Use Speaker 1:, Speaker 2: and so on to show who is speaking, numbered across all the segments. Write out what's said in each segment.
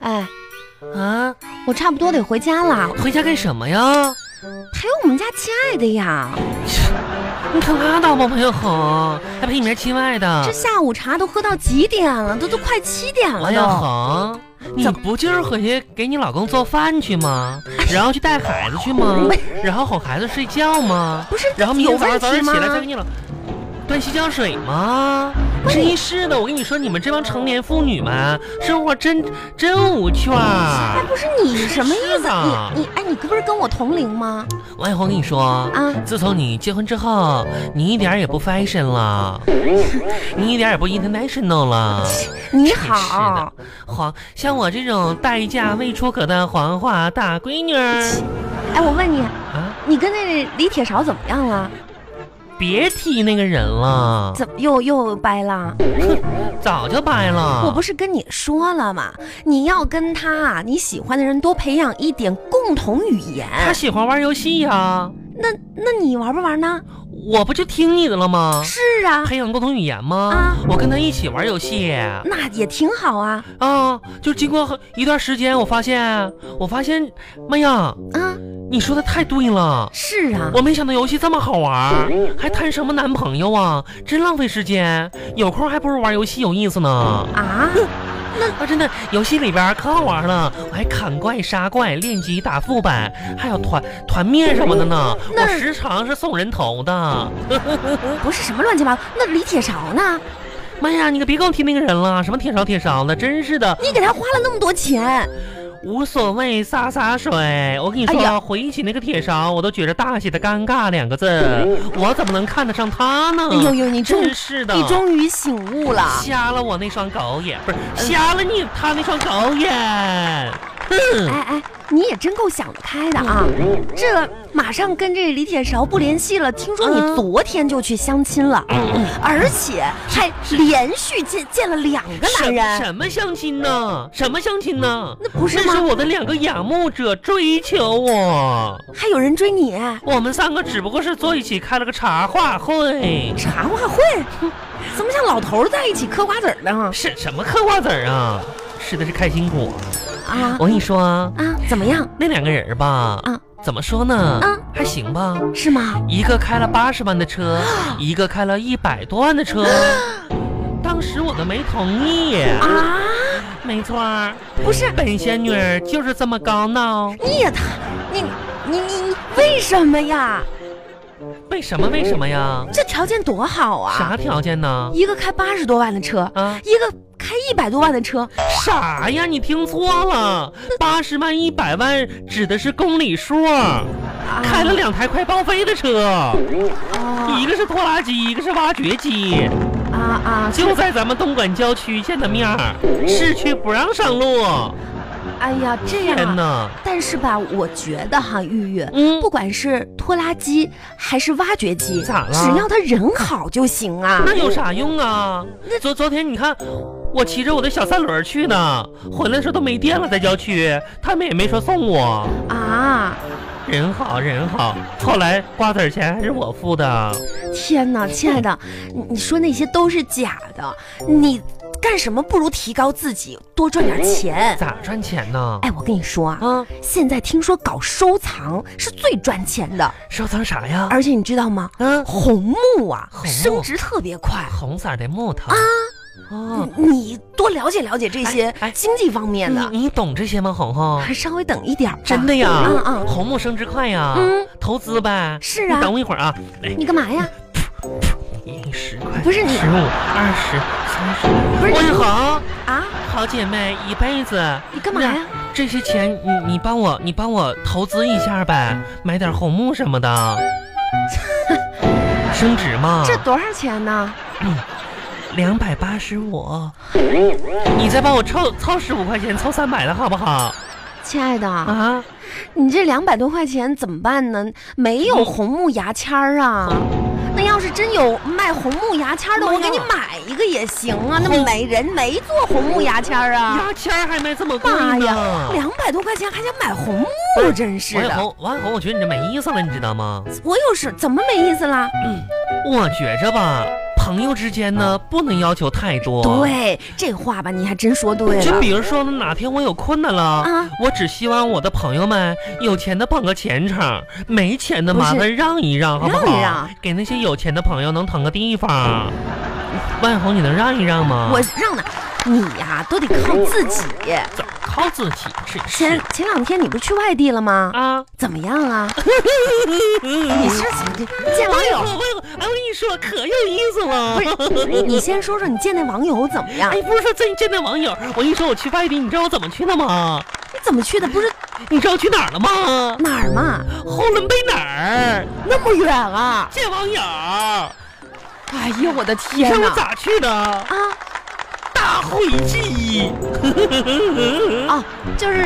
Speaker 1: 哎啊我差不多得回家了，
Speaker 2: 回家干什么呀？
Speaker 1: 陪我们家亲爱的呀。
Speaker 2: 你可拉倒吧，朋友好，还陪你们家亲爱
Speaker 1: 这
Speaker 2: 的。
Speaker 1: 下午茶都喝到几点了？都都快七点了
Speaker 2: 王小
Speaker 1: 都。
Speaker 2: 红，哎你
Speaker 1: 怎
Speaker 2: 不就是回去给你老公做饭去吗？然后去带孩子去吗？然后哄孩子睡觉吗？
Speaker 1: 不是
Speaker 2: 然后明
Speaker 1: 有
Speaker 2: 天早
Speaker 1: 问题
Speaker 2: 上早点起
Speaker 1: 吗？
Speaker 2: 来再给你老端洗脚水吗？真是的，我跟你说，你们这帮成年妇女们生活真真无趣啊
Speaker 1: 哎，
Speaker 2: 儿。
Speaker 1: 不是你什么意
Speaker 2: 是
Speaker 1: 思？
Speaker 2: 的
Speaker 1: 你你哎，你不是跟我同龄 吗？
Speaker 2: 王小红，我跟你说，
Speaker 1: 啊，
Speaker 2: 自从你结婚之后，你一点儿也不 fashion 了，你一点儿也不 international 了。
Speaker 1: 你
Speaker 2: 真是
Speaker 1: 好
Speaker 2: 的，，黄像我这种待嫁未出阁的黄花大闺女儿
Speaker 1: 哎，我问你，
Speaker 2: 啊，
Speaker 1: 你跟那李铁勺怎么样了？
Speaker 2: 别提那个人了，
Speaker 1: 怎么又又掰
Speaker 2: 啊
Speaker 1: 了？
Speaker 2: 早就掰了。
Speaker 1: 我不是跟你说了吗？你要跟他啊你喜欢的人多培养一点共同语言。
Speaker 2: 他喜欢玩游戏呀、
Speaker 1: 那那你玩不玩呢？
Speaker 2: 我不就听你的了吗？
Speaker 1: 是啊，
Speaker 2: 培养共同语言吗？
Speaker 1: 啊
Speaker 2: 我跟他一起玩游戏
Speaker 1: 那也挺好啊
Speaker 2: 啊，就经过很一段时间，我发现，我发现，妈呀，
Speaker 1: 啊，
Speaker 2: 你说的太对了。
Speaker 1: 是啊，
Speaker 2: 我没想到游戏这么好玩儿，还谈什么男朋友啊？真浪费时间，有空还不如玩游戏有意思呢。
Speaker 1: 啊，
Speaker 2: 啊，真的，游戏里边可好玩了，我还砍怪、杀怪、练级、打副本，还有团团灭什么的呢。
Speaker 1: 那
Speaker 2: 我时常是送人头的。
Speaker 1: 不是什么乱七八糟。那李铁勺呢？
Speaker 2: 妈呀，你可别跟我提那个人了，什么铁勺铁勺的，真是的，
Speaker 1: 你给他花了那么多钱，
Speaker 2: 无所谓，洒洒水。我跟你说，
Speaker 1: 哎呀
Speaker 2: 回忆起那个铁勺，我都觉得大写的尴尬两个字，我怎么能看得上他呢？
Speaker 1: 嗯哎呦呦，你终
Speaker 2: 嗯真是的，
Speaker 1: 你终于醒悟了。
Speaker 2: 瞎了我那双狗眼，不是瞎了你他那双狗嗯眼。哼，
Speaker 1: 哎哎，你也真够想得开的啊！这马上跟这李铁勺不联系了，听说你
Speaker 2: 嗯
Speaker 1: 昨天就去相亲了，而且还连续见见了两个
Speaker 2: 什
Speaker 1: 男人，
Speaker 2: 什么相亲呢？什么相亲呢？
Speaker 1: 那不
Speaker 2: 那
Speaker 1: 是
Speaker 2: 是
Speaker 1: 吗？
Speaker 2: 我的两个仰慕者追求我，
Speaker 1: 还有人追你
Speaker 2: 我们三个只不过是坐一起开了个茶话会。
Speaker 1: 茶话 会，怎么像老头儿在一起嗑瓜子儿呢？
Speaker 2: 是什么嗑瓜子儿啊？吃的是开心果。
Speaker 1: 啊
Speaker 2: 我跟你说啊，
Speaker 1: 啊，怎么样？
Speaker 2: 那两个人吧，
Speaker 1: 嗯
Speaker 2: 怎么说呢？
Speaker 1: 嗯
Speaker 2: 还行吧。
Speaker 1: 是吗？
Speaker 2: 一个开了八十万 的车，一个开了一百多万的车。当时我都没同意。
Speaker 1: 啊，
Speaker 2: 没错儿，
Speaker 1: 不是，
Speaker 2: 本仙女儿就是这么高闹。
Speaker 1: 你也太，你你你你为什么呀？
Speaker 2: 为什么？为什么呀？
Speaker 1: 这条件多好啊！
Speaker 2: 啥条件呢？
Speaker 1: 一个开八十多万的车，
Speaker 2: 啊，
Speaker 1: 一个开一百多万的车，
Speaker 2: 啥呀？你听错了，八十万、一百万指的是公里数。
Speaker 1: 啊
Speaker 2: 开了两台快报废的车，
Speaker 1: 啊
Speaker 2: 一个是拖拉机，一个是挖掘机，
Speaker 1: 啊啊！
Speaker 2: 就在咱们东莞郊区见的面儿，市区不让上路。
Speaker 1: 哎呀，这
Speaker 2: 天
Speaker 1: 样啊。
Speaker 2: 哪，
Speaker 1: 但是吧，我觉得哈，玉玉，
Speaker 2: 嗯
Speaker 1: 不管是拖拉机还是挖掘机，
Speaker 2: 咋了
Speaker 1: 只要他人好就行啊。
Speaker 2: 那有啥用啊？昨昨天你看，我骑着我的小三轮去呢，回来的时候都没电了，在郊区，他们也没说送我，
Speaker 1: 啊，
Speaker 2: 人好人好。后来瓜子儿钱还是我付的，
Speaker 1: 天
Speaker 2: 嗯
Speaker 1: 哪，亲爱的，你你说那些都是假的，你干什么不如提高自己，多赚点钱。
Speaker 2: 咋赚钱呢？
Speaker 1: 哎，我跟你说啊，
Speaker 2: 啊，
Speaker 1: 现在听说搞收藏是最赚钱的，
Speaker 2: 收藏啥呀？
Speaker 1: 而且你知道吗？
Speaker 2: 嗯，
Speaker 1: 红木啊，
Speaker 2: 红木
Speaker 1: 升值特别快。
Speaker 2: 红色儿的木头哦啊。
Speaker 1: 你你多了解了解这些
Speaker 2: 哎哎
Speaker 1: 经济方面的，
Speaker 2: 你你懂这些吗，红红？
Speaker 1: 还稍微等一点儿吧。
Speaker 2: 真的呀？
Speaker 1: 嗯嗯
Speaker 2: 红木升值快呀。
Speaker 1: 嗯，
Speaker 2: 投资呗。
Speaker 1: 是啊
Speaker 2: 你等我一会儿啊。来，
Speaker 1: 你干嘛呀？
Speaker 2: 一十块，
Speaker 1: 不是你
Speaker 2: 十五、二十、三十。
Speaker 1: 不是
Speaker 2: 我
Speaker 1: 你
Speaker 2: 是红。
Speaker 1: 啊？
Speaker 2: 好姐妹，一辈子
Speaker 1: 你干嘛呀？
Speaker 2: 那这些钱你你帮我你帮我投资一下呗，买点红木什么 的，升值嘛，
Speaker 1: 这多少钱呢？
Speaker 2: 两百八十五，你再帮我凑凑十五块钱，凑三百的好不好？
Speaker 1: 亲爱的，
Speaker 2: 啊，
Speaker 1: 你这两百多块钱怎么办呢？没有红木牙签儿啊。那要是真有卖红木牙签儿的，
Speaker 2: 妈呀
Speaker 1: 我给你买一个也行啊。那没人没做红木牙签儿啊。
Speaker 2: 牙签儿还卖这么贵
Speaker 1: 妈呀，
Speaker 2: 呢。
Speaker 1: 两百多块钱还想买红木，真是
Speaker 2: 王小
Speaker 1: 的。
Speaker 2: 红，王小红，我觉得你这没意思了，你知道吗？
Speaker 1: 我有事怎么没意思啦？
Speaker 2: 我觉着吧，朋友之间呢，不能要求太多。。
Speaker 1: 对，这话吧，你还真说对
Speaker 2: 就
Speaker 1: 了
Speaker 2: 比如说呢，哪天我有困难了，
Speaker 1: 啊
Speaker 2: 我只希望我的朋友们有钱的捧个钱场，没钱的
Speaker 1: 不是
Speaker 2: 麻烦让一让，好不好？
Speaker 1: 让一让
Speaker 2: 给那些有钱的朋友能腾个地方。万红，你能让一让吗？
Speaker 1: 我让哪？你呀、都得靠自己。
Speaker 2: 怎么靠自己？真
Speaker 1: 前
Speaker 2: 是
Speaker 1: 前两天你不是去外地了吗？
Speaker 2: 啊！
Speaker 1: 怎么样啊？ 你是怎么见
Speaker 2: 我
Speaker 1: 网
Speaker 2: 有
Speaker 1: 友？
Speaker 2: 我有，哎，我跟你说，可有意思了。
Speaker 1: 你先说说你见那网友怎么样？
Speaker 2: 哎，不是说最近见那网友，我跟你说，我去外地，你知道我怎么去的吗？
Speaker 1: 你怎么去的？不是
Speaker 2: 你知道我去哪儿了吗？
Speaker 1: 哪儿嘛？
Speaker 2: 呼伦贝尔儿
Speaker 1: 那么远啊！
Speaker 2: 见网友，
Speaker 1: 哎呀，我的
Speaker 2: 你
Speaker 1: 天
Speaker 2: 看我
Speaker 1: 哪！
Speaker 2: 咋去的？
Speaker 1: 啊
Speaker 2: 大灰机，
Speaker 1: 哦，就是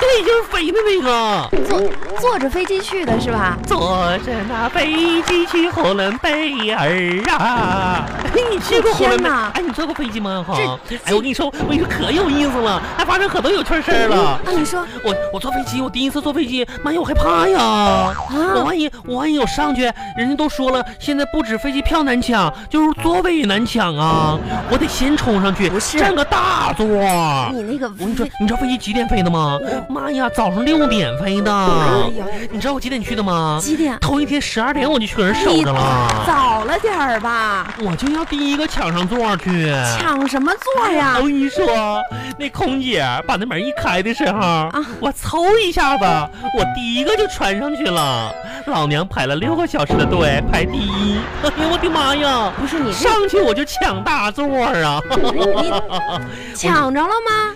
Speaker 2: 对，就是飞的那个，
Speaker 1: 坐坐着飞机去的是 吧？
Speaker 2: 坐着那飞机去呼伦贝尔啊！哎，你去过呼伦
Speaker 1: 天
Speaker 2: 贝
Speaker 1: 哪
Speaker 2: 尔？哎，你坐过飞机吗？哈
Speaker 1: 这，
Speaker 2: 哎，我跟你说，我跟你说可有意思了，还发生可多有趣事儿了。
Speaker 1: 啊，你说
Speaker 2: 我我坐飞机，我第一次坐飞机，妈呀，我害怕呀！
Speaker 1: 啊
Speaker 2: 我万一我万一我上去，人家都说了，现在不止飞机票难抢，就是座位也难抢啊！我得先冲上去，
Speaker 1: 不是
Speaker 2: 占个大座。
Speaker 1: 你那个
Speaker 2: 我跟你说，你知道飞机几点飞的吗？妈呀，早上六点飞
Speaker 1: 哎
Speaker 2: 的。
Speaker 1: 呀，
Speaker 2: 你知道我几点去的吗？
Speaker 1: 几点？啊
Speaker 2: 头一天十二点我就去给人守
Speaker 1: 你
Speaker 2: 着了，
Speaker 1: 早了点儿吧？
Speaker 2: 我就要第一个抢上座去。
Speaker 1: 抢什么座哎呀
Speaker 2: 我？跟你说，那空姐把那门一开的时候，
Speaker 1: 啊
Speaker 2: 我嗖一下子，我第一个就穿上去了。老娘排了六个小时的队，排第一。哎呀，我的妈呀！
Speaker 1: 不是你这
Speaker 2: 上去我就抢大座啊！
Speaker 1: 你抢着了吗？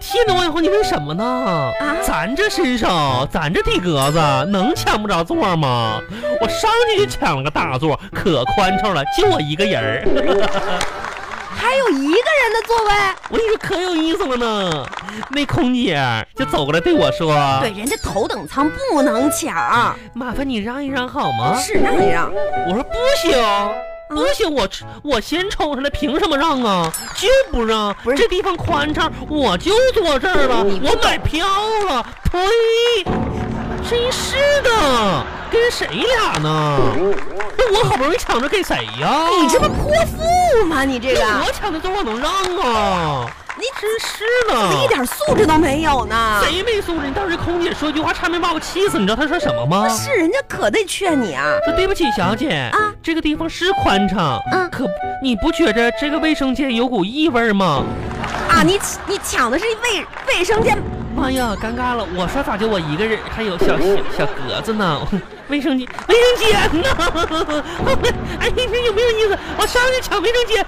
Speaker 2: 天哪，万红，你为什么呢？
Speaker 1: 啊
Speaker 2: 咱这身手，咱这体格子，能抢不着座吗？我上去就抢了个大座，可宽敞了，就我一个人儿。
Speaker 1: 还有一个人的座位？
Speaker 2: 我跟你说可有意思了呢，那空姐就走过来对我说：“
Speaker 1: 对，人家头等舱不能抢，
Speaker 2: 麻烦你让一让好吗？
Speaker 1: 是啊让一让。
Speaker 2: 我说不行，不行，我我先冲上来，凭什么让啊？就不让，
Speaker 1: 不是
Speaker 2: 这地方宽敞，我就坐这儿了，
Speaker 1: 你不
Speaker 2: 我买票了，呸！真是的，跟谁俩呢？那我好不容易抢着给谁呀？
Speaker 1: 你这不泼妇吗？你这
Speaker 2: 那
Speaker 1: 个，
Speaker 2: 我抢的多，我能让啊？
Speaker 1: 你
Speaker 2: 真是的，
Speaker 1: 一点素质都没有呢。
Speaker 2: 谁没素质？你当时空姐说一句话，差点把我气死，你知道她说什么吗？
Speaker 1: 是人家可得劝你啊！
Speaker 2: 说对不起，小姐，
Speaker 1: 啊
Speaker 2: 这个地方是宽敞，
Speaker 1: 嗯
Speaker 2: 可不你不觉着这个卫生间有股异味吗？
Speaker 1: 啊，你你抢的是卫卫生间，
Speaker 2: 妈哎呀，尴尬了！我说咋就我一个人，还有小小小格子呢？ 卫生间，卫生间呢？ 哎，你说有没有意思？我上去抢卫生间！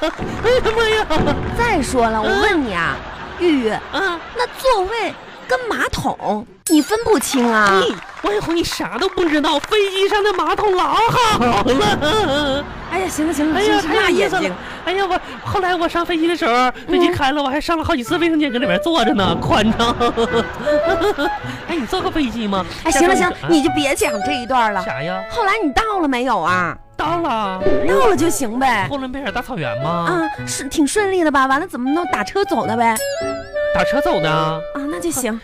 Speaker 2: 哎呀妈呀！
Speaker 1: 再说
Speaker 2: 嗯
Speaker 1: 了，我问你啊，玉玉，
Speaker 2: 啊，
Speaker 1: 那座位跟马桶你分不清啊？
Speaker 2: 你王小红，你啥都不知道，飞机上的马桶老好了。
Speaker 1: 哎呀，行了行了，
Speaker 2: 哎
Speaker 1: 真
Speaker 2: 呀，
Speaker 1: 是
Speaker 2: 太有
Speaker 1: 辣
Speaker 2: 意
Speaker 1: 眼
Speaker 2: 思
Speaker 1: 睛嗯
Speaker 2: 了！！哎呀，我后来我上飞机的时候，飞机开了，我还上了好几次卫生间，搁里边坐着呢， 宽敞。哎，你坐过飞机吗？
Speaker 1: 哎，
Speaker 2: 下
Speaker 1: 行了
Speaker 2: 次
Speaker 1: 行
Speaker 2: 啊
Speaker 1: 了，你就别讲这一段了。
Speaker 2: 啥啊呀？
Speaker 1: 后来你到了没有啊？
Speaker 2: 到了
Speaker 1: 到了就行呗。
Speaker 2: 呼伦贝尔大草原吗？
Speaker 1: 啊，是挺顺利的吧？完了怎么弄？打车走的呗？
Speaker 2: 打车走的。
Speaker 1: 啊，那就行。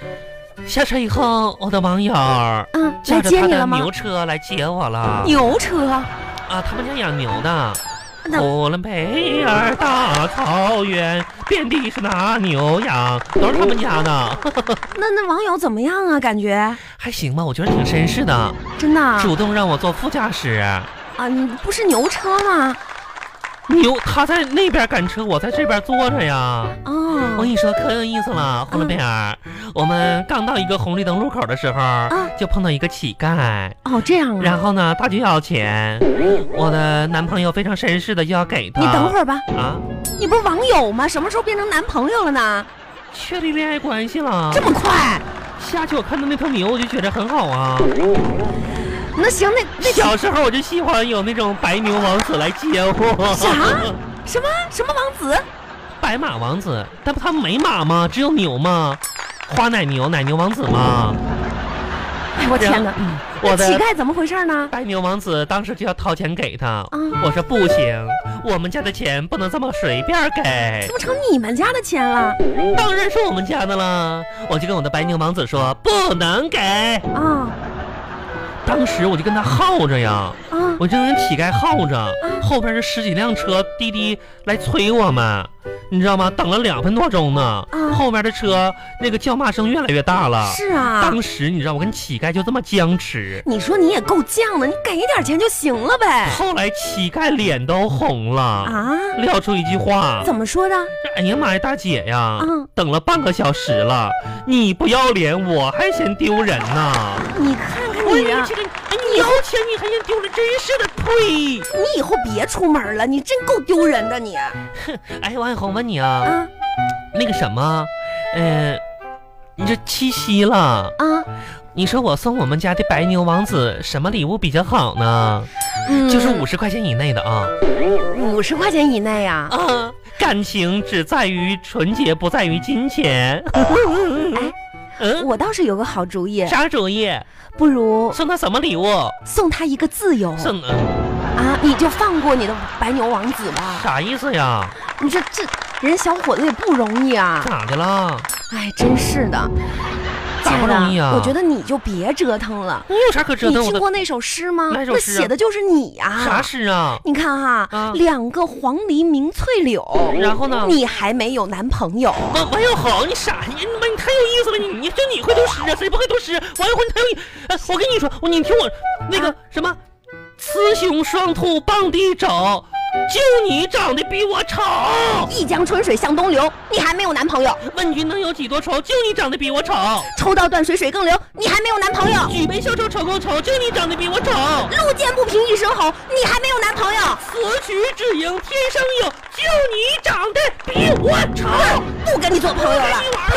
Speaker 2: 下车以后，我的网友儿
Speaker 1: 嗯，来
Speaker 2: 驾着
Speaker 1: 接
Speaker 2: 他
Speaker 1: 你了
Speaker 2: 的
Speaker 1: 吗？
Speaker 2: 牛车来接我了。
Speaker 1: 牛车？
Speaker 2: 啊，他们家养牛的。
Speaker 1: 那
Speaker 2: 呼伦贝尔大草原，遍地是那牛羊，都是他们家的，
Speaker 1: 那那网友怎么样啊？感觉
Speaker 2: 还行吧？我觉得挺绅士的。
Speaker 1: 真的啊？
Speaker 2: 主动让我坐副驾驶。
Speaker 1: 啊你不是牛车吗？
Speaker 2: 牛，他在那边赶车，我在这边坐着哎呀。我
Speaker 1: 哦
Speaker 2: 跟你说，可有意思了，呼伦贝尔。
Speaker 1: 嗯
Speaker 2: 我们刚到一个红绿灯路口的时候，
Speaker 1: 啊
Speaker 2: 就碰到一个乞丐，
Speaker 1: 哦，这样啊。
Speaker 2: 然后呢，他就要钱，我的男朋友非常绅士的就要给他。
Speaker 1: 你等会儿吧，
Speaker 2: 儿啊，
Speaker 1: 你不是网友吗？什么时候变成男朋友了呢？
Speaker 2: 确立恋爱关系了
Speaker 1: 这。么快？
Speaker 2: 下去我看到那头牛，我就觉得很好啊。
Speaker 1: 那行，那那
Speaker 2: 小时候我就喜欢有那种白牛王子来接我。
Speaker 1: 啥？什么什么王子？
Speaker 2: 白马王子，但不他没马吗？只有牛吗？花奶牛，奶牛王子吗？
Speaker 1: 哎，我天哪！
Speaker 2: 我
Speaker 1: 那乞
Speaker 2: 的
Speaker 1: 丐怎么回事呢？
Speaker 2: 白牛王子当时就要掏钱给
Speaker 1: 啊
Speaker 2: 他，我说不行，我们家的钱不能这么随便给
Speaker 1: 怎，么成你们家的钱了？
Speaker 2: 当然是我们家的了。我就跟我的白牛王子说不能给，
Speaker 1: 啊，
Speaker 2: 当时我就跟他耗着呀，
Speaker 1: 啊
Speaker 2: 我就跟乞丐耗着，后边是十几辆车滴滴来催我们，你知道吗？等了两分多钟呢，后边的车那个叫骂声越来越大了。
Speaker 1: 啊是啊，
Speaker 2: 当时你知道我跟乞丐就这么僵持，
Speaker 1: 你说你也够犟的，你给一点钱就行了呗。
Speaker 2: 后来乞丐脸都红了，
Speaker 1: 哎啊，
Speaker 2: 撂出一句话
Speaker 1: 怎么说的？：“
Speaker 2: 哎呀妈呀，大姐呀
Speaker 1: 嗯，
Speaker 2: 等了半个小时了，你不要脸，我还嫌丢人呢。”
Speaker 1: 你看看
Speaker 2: 我
Speaker 1: 你
Speaker 2: 有
Speaker 1: 啊，
Speaker 2: 钱，哎你有钱你还嫌丢人，真是的，呸！
Speaker 1: 你以后别出门了，你真够丢人的你啊！
Speaker 2: 哎，王小红问你啊，那个什么，呃，你这七夕了，
Speaker 1: 啊，
Speaker 2: 你说我送我们家的白牛王子什么礼物比较好呢？
Speaker 1: 嗯
Speaker 2: 就是五十块钱以内的啊。
Speaker 1: 五十块钱以内呀、啊。
Speaker 2: 啊， 感情只在于纯洁，不在于金钱。嗯，
Speaker 1: 哎我倒是有个好主意，
Speaker 2: 啥主意？
Speaker 1: 不如
Speaker 2: 送他什么礼物？
Speaker 1: 送他一个自由
Speaker 2: 送呃
Speaker 1: 啊！你就放过你的白牛王子吧。
Speaker 2: 啥意思呀？
Speaker 1: 你说这人小伙子也不容易啊，
Speaker 2: 咋的啦？
Speaker 1: 哎，真是的。
Speaker 2: 咋
Speaker 1: 亲爱
Speaker 2: 不
Speaker 1: 的
Speaker 2: 容易啊
Speaker 1: 我觉得你就别折腾了。
Speaker 2: 你有啥可折
Speaker 1: 你
Speaker 2: 腾我
Speaker 1: 听
Speaker 2: 的？
Speaker 1: 过那首诗吗？
Speaker 2: 哪首
Speaker 1: 那
Speaker 2: 诗啊
Speaker 1: 写的就是你啊。
Speaker 2: 啥？事啊？
Speaker 1: 你看哈，
Speaker 2: 啊
Speaker 1: 两个黄鹂鸣翠柳，
Speaker 2: 然后呢？哦
Speaker 1: 你还没有男朋友。
Speaker 2: 王王小红，你傻，你妈你太有意思了，你你就你会读诗啊？谁不会读诗？王小红，你太有意，哎，我跟你说，我你听我那个
Speaker 1: 啊
Speaker 2: 什么，雌雄双兔傍地走，就你长得比我丑。
Speaker 1: 一江春水向东流，你还没有男朋友。
Speaker 2: 问君能有几多愁？就你长得比我丑。
Speaker 1: 抽刀断水水更流，你还没有男朋友。
Speaker 2: 举杯消愁愁更愁，就你长得比我丑。
Speaker 1: 路见不平一声吼，你还没有男朋友。
Speaker 2: 此曲只应天生有，就你长得比我丑。
Speaker 1: 不跟你做朋友
Speaker 2: 跟
Speaker 1: 了。
Speaker 2: 你玩